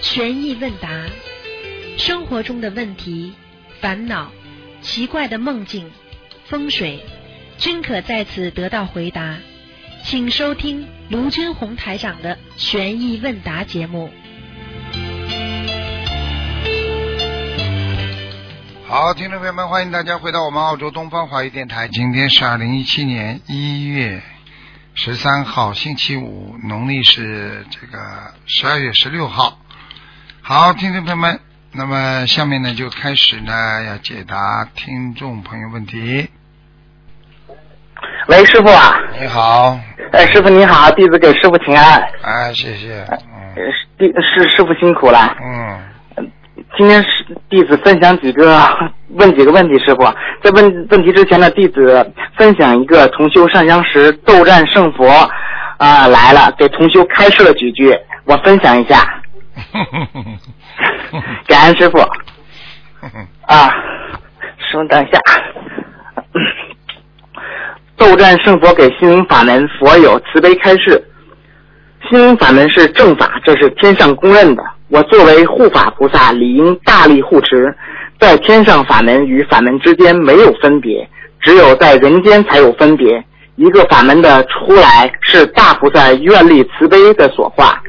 悬疑问答，生活中的问题、烦恼、奇怪的梦境、风水，均可在此得到回答。请收听卢军红台长的悬疑问答节目。好，听众朋友们，欢迎大家回到我们澳洲东方华语电台。今天是二零一七年一月十三号，星期五，农历是这个十二月十六号。好，听众朋友们，那么下面呢就开始呢要解答听众朋友问题。喂，师傅啊，你好，哎，师傅你好，弟子给师傅请安，哎，谢谢，嗯呃师弟师师傅辛苦了。嗯，今天是弟子分享几个问几个问题，师傅在问问题之前呢，弟子分享一个同修上香时斗战胜佛啊、来了，给同修开示了几句，我分享一下， 感恩师傅嗯 啊，稍等一下。斗战胜佛给心灵法门佛友慈悲开示，心灵法门是正法，这是天上公认的。我作为护法菩萨，理应大力护持。在天上法门与法门之间没有分别，只有在人间才有分别。一个法门的出来是大菩萨愿力慈悲的所化，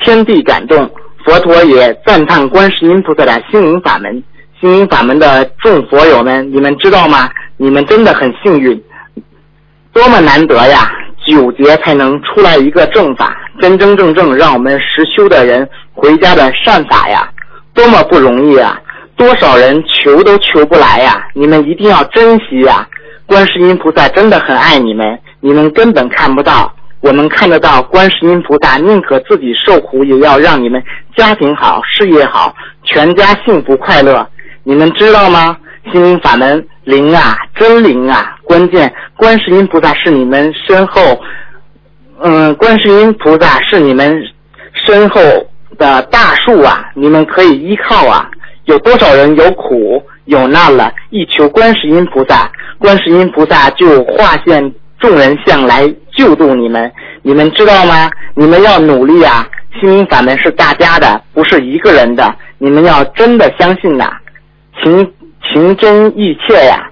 天地感动，佛陀也赞叹观世音菩萨的心灵法门。心灵法门的众佛友们，你们知道吗？你们真的很幸运，多么难得呀！九节才能出来一个正法，真真正正让我们实修的人回家的善法呀，多么不容易啊！多少人求都求不来呀！你们一定要珍惜呀！观世音菩萨真的很爱你们，你们根本看不到，我们看得到。观世音菩萨宁可自己受苦，也要让你们家庭好、事业好，全家幸福快乐。你们知道吗？心灵法门灵啊，真灵啊！关键观世音菩萨是你们身后，嗯，观世音菩萨是你们身后的大树啊，你们可以依靠啊。有多少人有苦有难了，一求观世音菩萨，观世音菩萨就化现众人相来救度你们。你们知道吗？你们要努力啊！心灵法门是大家的，不是一个人的。你们要真的相信呐、情情真意切呀，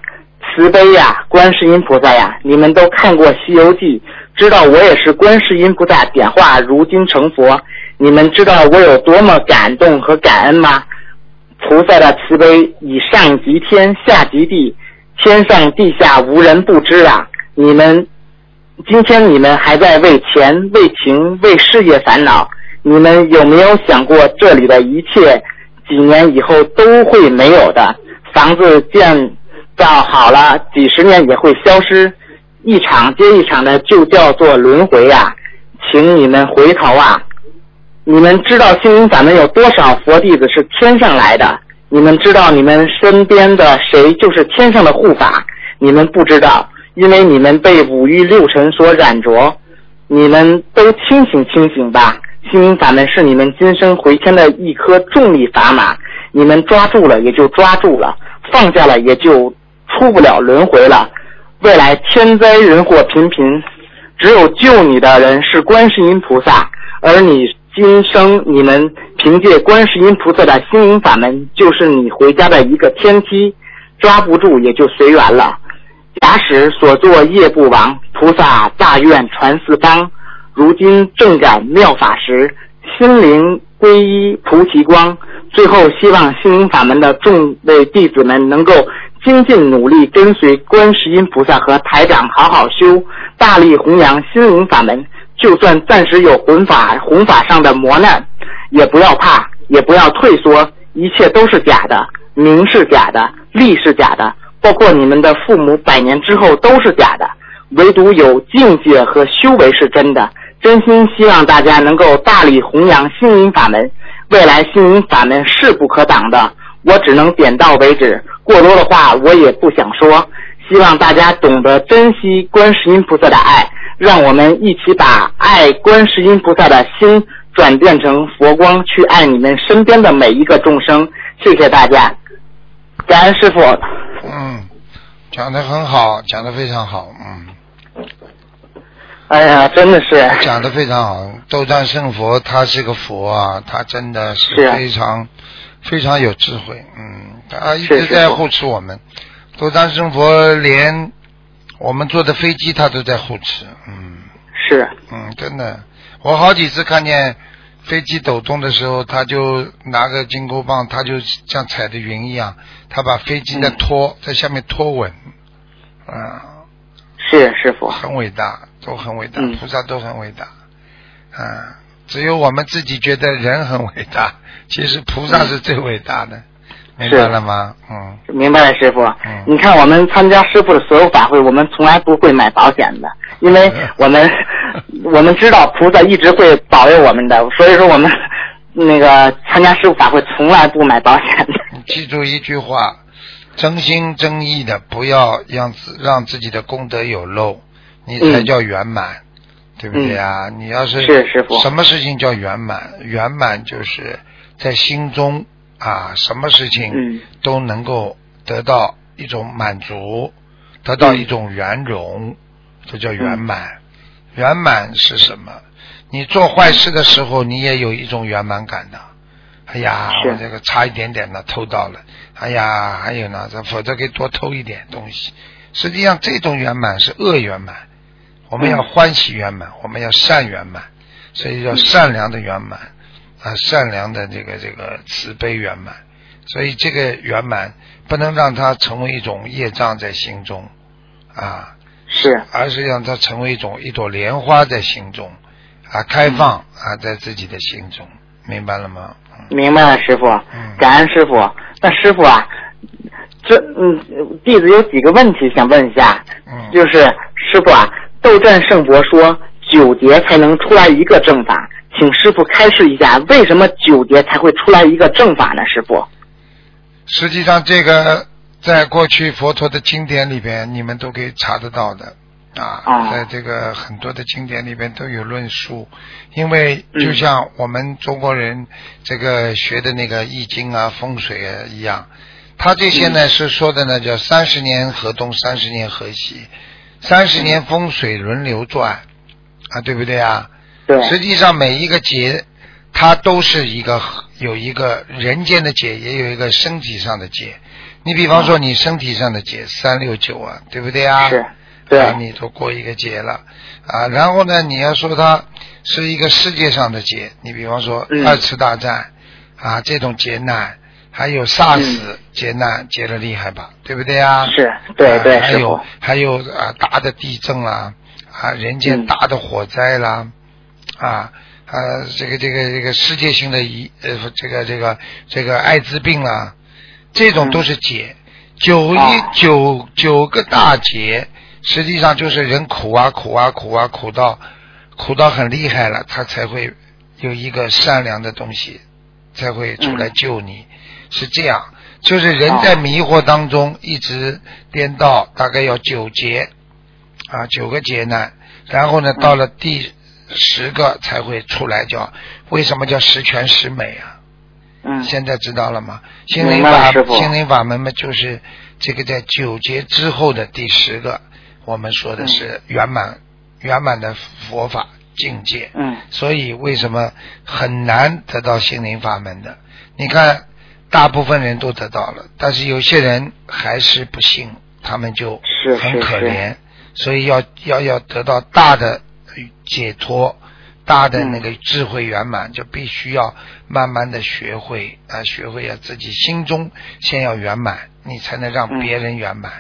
慈悲呀，观世音菩萨呀，你们都看过《西游记》，知道我也是观世音菩萨点化，如今成佛。你们知道我有多么感动和感恩吗？菩萨的慈悲以上及天，下及地，天上地下无人不知啊！你们今天你们还在为钱、为情、为事业烦恼，你们有没有想过这里的一切几年以后都会没有的？房子建造好了，几十年也会消失，一场接一场的就叫做轮回啊！请你们回头啊！你们知道心灵法门有多少佛弟子是天上来的？你们知道你们身边的谁就是天上的护法？你们不知道，因为你们被五欲六尘所染着。你们都清醒清醒吧！心灵法门是你们今生回天的一颗重力砝码，你们抓住了也就抓住了，放下了也就出不了轮回了。未来天灾人祸频频，只有救你的人是观世音菩萨，而你今生你们凭借观世音菩萨的心灵法门，就是你回家的一个天梯，抓不住也就随缘了。假使所作业不亡，菩萨大愿传四方。如今正感妙法时，心灵皈依菩提光。最后，希望心灵法门的众位弟子们能够精进努力，跟随观世音菩萨和台长好好修，大力弘扬心灵法门。就算暂时有弘法弘法上的磨难，也不要怕，也不要退缩，一切都是假的，名是假的，利是假的，包括你们的父母百年之后都是假的，唯独有境界和修为是真的。真心希望大家能够大力弘扬心灵法门，未来心灵法门势不可挡的，我只能点到为止，过多的话我也不想说。希望大家懂得珍惜观世音菩萨的爱，让我们一起把爱观世音菩萨的心转变成佛光，去爱你们身边的每一个众生。谢谢大家，感恩师傅。嗯，讲的很好，讲的非常好，嗯，哎呀，真的是， 讲的非常好，斗战胜佛，他是个佛啊，他真的是是啊非常、非常有智慧，嗯，他一直是是在是护持我们。斗战胜佛连我们坐的飞机他都在护持，嗯是，嗯，真的，我好几次看见飞机抖动的时候，他就拿个金箍棒，他就像踩的云一样，他把飞机在嗯拖，在下面拖稳，啊、是师傅，很伟大，都很伟大，嗯菩萨都很伟大，啊，只有我们自己觉得人很伟 大，其实菩萨是最伟大的，明白了吗？嗯，明白了，师傅。嗯你看，我们参加师傅的所有法会，我们从来不会买保险的，因为我们我们知道菩萨一直会保佑我们的，所以说我们那个参加师傅法会从来不买保险的。你记住一句话，真心真意的，不要让自让自己的功德有漏，你才嗯叫圆满，对不对啊？你要是是师傅什么事情叫圆满？圆满就是在心中啊，什么事情嗯都能够得到一种满足，得到一种圆融，这叫圆满。圆满是什么？你做坏事的时候，你也有一种圆满感的。哎呀，是我这个差一点点呢，偷到了。哎呀，还有呢，这否则可以多偷一点东西。实际上，这种圆满是恶圆满，我们要嗯欢喜圆满，我们要善圆满，所以叫嗯善良的圆满啊，善良的这个这个慈悲圆满。所以这个圆满不能让它成为一种业障在心中啊，是而是让它成为一种一朵莲花在心中啊，开嗯放啊，在自己的心中，明白了吗？嗯明白了，师傅嗯，感恩师傅。那师傅啊，这嗯，弟子有几个问题想问一下，嗯，就是师傅啊，斗战胜佛说九节才能出来一个正法，请师傅开示一下，为什么九节才会出来一个正法呢？师傅，实际上这个在过去佛陀的经典里边，你们都可以查得到的啊哦，在这个很多的经典里边都有论述，因为就像我们中国人这个学的那个易经啊、风水啊一样，他这些呢是说的呢叫三十年河东，三十年河西，三十年风水轮流转啊，对不对啊？对，实际上每一个劫，它都是一个有一个人间的劫，也有一个身体上的劫。你比方说你身体上的劫三六九啊，对不对啊？嗯是，对，啊你都过一个劫了啊。然后呢，你要说它是一个世界上的劫，你比方说嗯二次大战、啊这种劫难，还有 SARS 劫难，劫的厉害吧，对不对啊？嗯是，对啊对，还师傅有，还有啊大的地震啦，啊人间嗯大的火灾啦，啊呃这个这个这个世界性的一呃这个这个这个艾滋病啦，这种嗯都是劫。九一、哦九九个大劫，实际上就是人苦啊苦啊苦啊苦到苦到很厉害了，他才会有一个善良的东西才会出来嗯救你，是这样。就是人在迷惑当中一直颠倒，大概要九劫啊，九个劫难，然后呢，嗯到了第十个才会出来叫，为什么叫十全十美啊？嗯，现在知道了吗？心灵明白了法师傅心灵法门嘛，就是这个在九劫之后的第十个，我们说的是圆满圆满的佛法境界。嗯，所以为什么很难得到心灵法门的？你看，大部分人都得到了，但是有些人还是不信，他们就是很是可是怜。所以要要要得到大的解脱，大的那个智慧圆嗯满，就必须要慢慢的学会啊，学会要自己心中先要圆满，你才能让嗯别人圆满，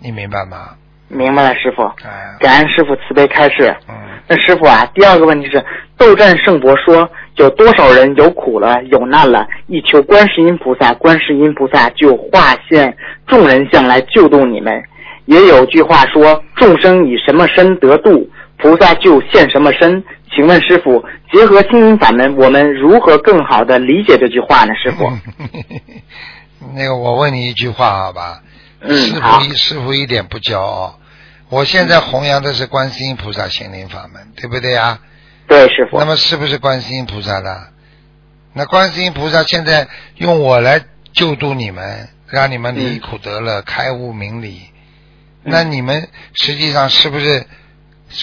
你明白吗？明白了，师傅，哎，感恩师傅慈悲开示。嗯。那师傅啊，第二个问题是，斗战胜佛说有多少人有苦了、有难了，一求观世音菩萨，观世音菩萨就化现众人相来救度你们。也有句话说，众生以什么身得度，菩萨就现什么身。请问师傅，结合心灵法门，我们如何更好的理解这句话呢？师傅， 那个，我问你一句话，好吧？嗯师好傅一师傅一点不骄傲。我现在弘扬的是观世音菩萨心灵法门，对不对啊？对，师傅那，么是不是观世音菩萨的？那观世音菩萨现在用我来救度你们，让你们离嗯苦得乐，开悟明理。嗯那你们实际上是不是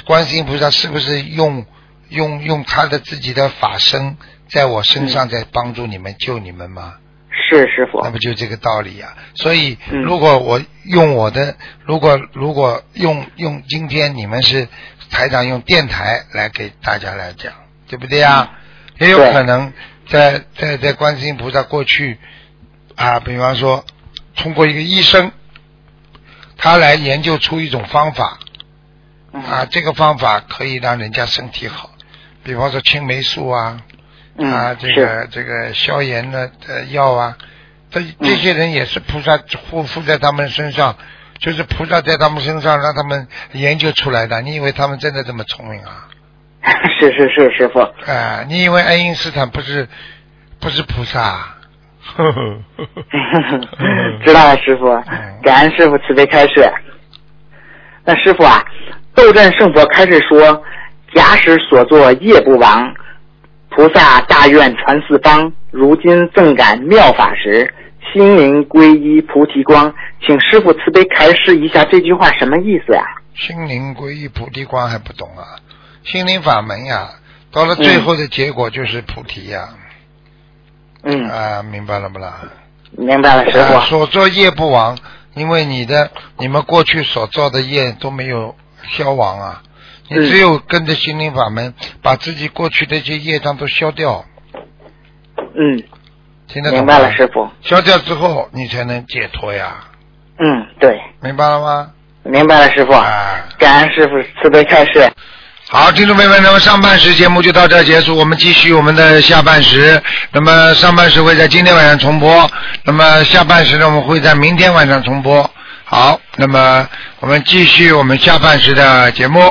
观世音菩萨是不是用用用他的自己的法身在我身嗯上在帮助你们、救你们吗？是师傅那，不就这个道理呀、所以，嗯如果我用我的，如果如果用用今天你们是台长用电台来给大家来讲，对不对呀？也有嗯对可能在在在观世音菩萨过去啊，比方说通过一个医生，他来研究出一种方法，嗯啊，这个方法可以让人家身体好，比方说青霉素啊，啊，嗯，这是个这个消炎的呃药啊，这嗯这些人也是菩萨护附在他们身上，就是菩萨在他们身上让他们研究出来的。你以为他们真的这么聪明啊？ 是是是师傅，啊、你以为爱因斯坦不是不是菩萨、啊？呵呵 嗯知道了，师傅嗯，感恩师傅慈悲开示。那师傅啊，斗战胜佛开示说：“假使所作业不亡，菩萨大愿传四方。如今正感妙法时，心灵皈依菩提光。”请师傅慈悲开示一下这句话什么意思呀、心灵皈依菩提光还不懂啊？心灵法门呀、到了嗯最后的结果就是菩提呀、啊！嗯，明白了不啦？明白了，师啊傅。所作业不亡，因为你的你们过去所造的业都没有消亡啊。你嗯只有跟着心灵法门，把自己过去的一些业障都消掉，嗯，听得懂啊吗？明白了，师傅。消掉之后，你才能解脱呀，嗯，对，明白了吗？明白了，师傅。啊。感恩师傅慈悲开示。好，听众朋友们，那么上半时节目就到这儿结束，我们继续我们的下半时。那么上半时会在今天晚上重播，那么下半时呢，我们会在明天晚上重播。好，那么我们继续我们下半时的节目。